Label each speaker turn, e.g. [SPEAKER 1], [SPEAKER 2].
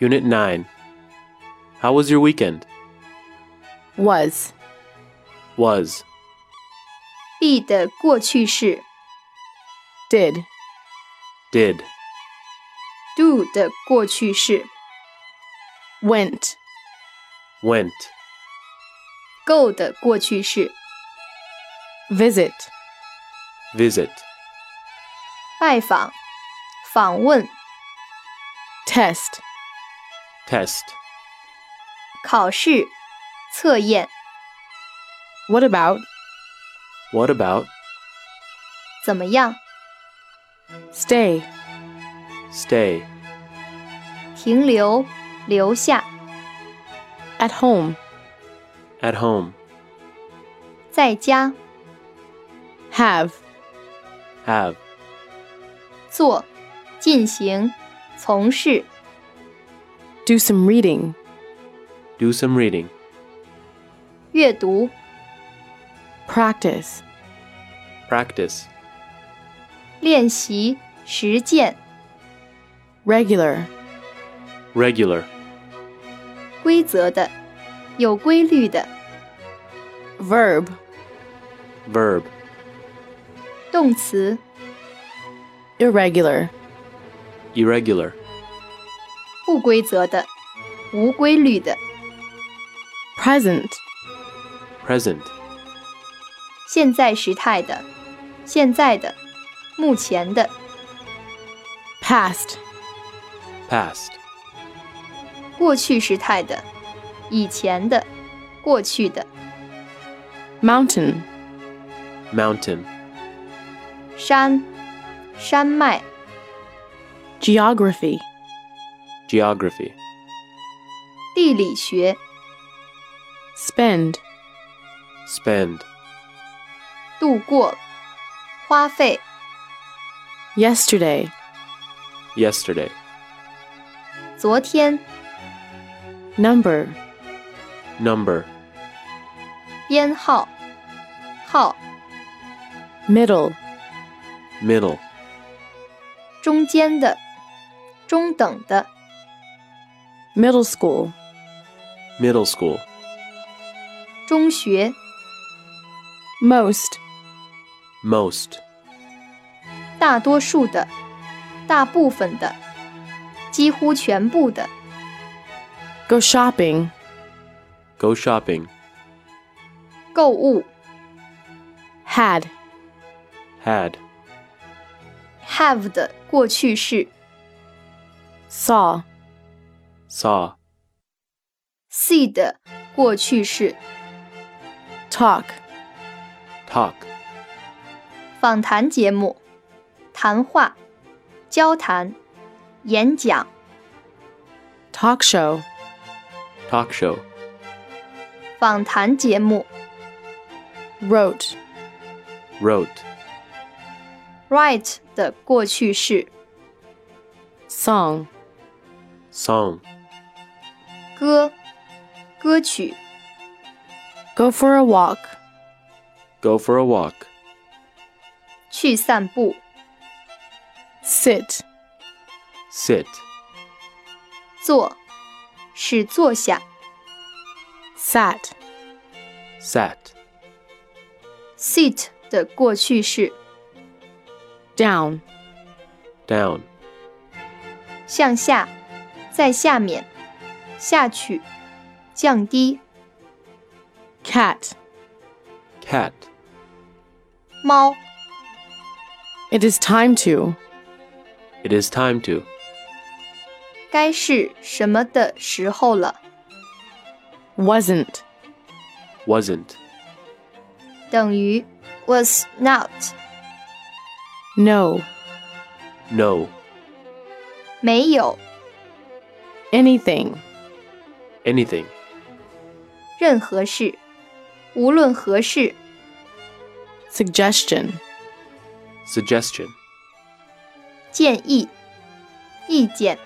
[SPEAKER 1] Unit 9. How was your weekend?
[SPEAKER 2] was,
[SPEAKER 1] Was.
[SPEAKER 3] be 的过去式
[SPEAKER 2] did,
[SPEAKER 1] Did.
[SPEAKER 3] do 的过去式
[SPEAKER 2] went,
[SPEAKER 1] Went.
[SPEAKER 3] go 的过去式
[SPEAKER 2] visit,
[SPEAKER 1] Visit.
[SPEAKER 3] 拜访、访问、
[SPEAKER 2] test,
[SPEAKER 1] Test.
[SPEAKER 3] 考试、测验。
[SPEAKER 2] what about,
[SPEAKER 1] What about?
[SPEAKER 3] 怎么样？
[SPEAKER 2] stay,
[SPEAKER 1] Stay.
[SPEAKER 3] 停留、留下、
[SPEAKER 2] at home,
[SPEAKER 1] At home.
[SPEAKER 3] 在家、
[SPEAKER 2] have,
[SPEAKER 1] Have.
[SPEAKER 3] 做、进行、从事、
[SPEAKER 2] do some reading,
[SPEAKER 1] Do some reading.
[SPEAKER 3] 阅读、
[SPEAKER 2] practice,
[SPEAKER 1] Practice.
[SPEAKER 3] 练习、实践、
[SPEAKER 2] regular,
[SPEAKER 1] Regular.
[SPEAKER 3] 规则的、有规律的、
[SPEAKER 2] verb,
[SPEAKER 1] Verb.
[SPEAKER 3] 动词、
[SPEAKER 2] irregular,
[SPEAKER 1] Irregular.
[SPEAKER 3] 不规则的、无规律的、
[SPEAKER 2] present,
[SPEAKER 1] Present.
[SPEAKER 3] 现在时态的、现在的、目前的、
[SPEAKER 2] past,
[SPEAKER 1] Past.
[SPEAKER 3] 过去时态的、以前的、过去的、
[SPEAKER 2] mountain,
[SPEAKER 1] Mountain.
[SPEAKER 3] 山、山脉、
[SPEAKER 2] geography,
[SPEAKER 1] Geography.
[SPEAKER 3] 地理学、
[SPEAKER 2] spend,
[SPEAKER 1] Spend.
[SPEAKER 3] 度过、花费、
[SPEAKER 2] yesterday,
[SPEAKER 1] Yesterday.
[SPEAKER 3] 昨天、
[SPEAKER 2] number,
[SPEAKER 1] Number.
[SPEAKER 3] 编号、号、
[SPEAKER 2] middle,
[SPEAKER 1] Middle.
[SPEAKER 3] 中间的、中等的、
[SPEAKER 2] middle school,
[SPEAKER 1] Middle school.
[SPEAKER 3] 中学、
[SPEAKER 2] most,
[SPEAKER 1] Most.
[SPEAKER 3] 大多数的、大部分的、几乎全部的、
[SPEAKER 2] go shopping,
[SPEAKER 1] Go shopping.
[SPEAKER 3] 购物、
[SPEAKER 2] had,
[SPEAKER 1] Had.
[SPEAKER 3] have 的过去式、
[SPEAKER 2] saw,
[SPEAKER 1] Saw.
[SPEAKER 3] see 的过去式、
[SPEAKER 2] talk,
[SPEAKER 1] Talk.
[SPEAKER 3] 访谈节目、谈话、交谈、演讲、
[SPEAKER 2] talk show,
[SPEAKER 1] Talk show.
[SPEAKER 3] 访谈节目、
[SPEAKER 2] wrote,
[SPEAKER 1] Wrote.
[SPEAKER 3] write 的过去式、
[SPEAKER 2] song,
[SPEAKER 1] Song.
[SPEAKER 3] 歌、歌曲、
[SPEAKER 2] go for a walk,
[SPEAKER 1] Go for a walk.
[SPEAKER 3] 去散步、
[SPEAKER 2] sit,
[SPEAKER 1] Sit.
[SPEAKER 3] 坐、使坐下、
[SPEAKER 2] sat,
[SPEAKER 1] Sat.
[SPEAKER 3] sit 的过去式。
[SPEAKER 2] down,
[SPEAKER 1] Down.
[SPEAKER 3] 向下，在下面，下去，降低。
[SPEAKER 2] cat.
[SPEAKER 1] Cat.
[SPEAKER 3] 猫，
[SPEAKER 2] It is time to
[SPEAKER 1] It is time to.
[SPEAKER 3] 该是什么的时候了？
[SPEAKER 2] wasn't,
[SPEAKER 1] Wasn't.
[SPEAKER 3] 等于 was not，
[SPEAKER 2] no,
[SPEAKER 1] No.
[SPEAKER 3] 没有
[SPEAKER 2] anything,
[SPEAKER 1] Anything.
[SPEAKER 3] 任何事，无论何事，
[SPEAKER 2] suggestion,
[SPEAKER 1] Suggestion.
[SPEAKER 3] 建议、意见、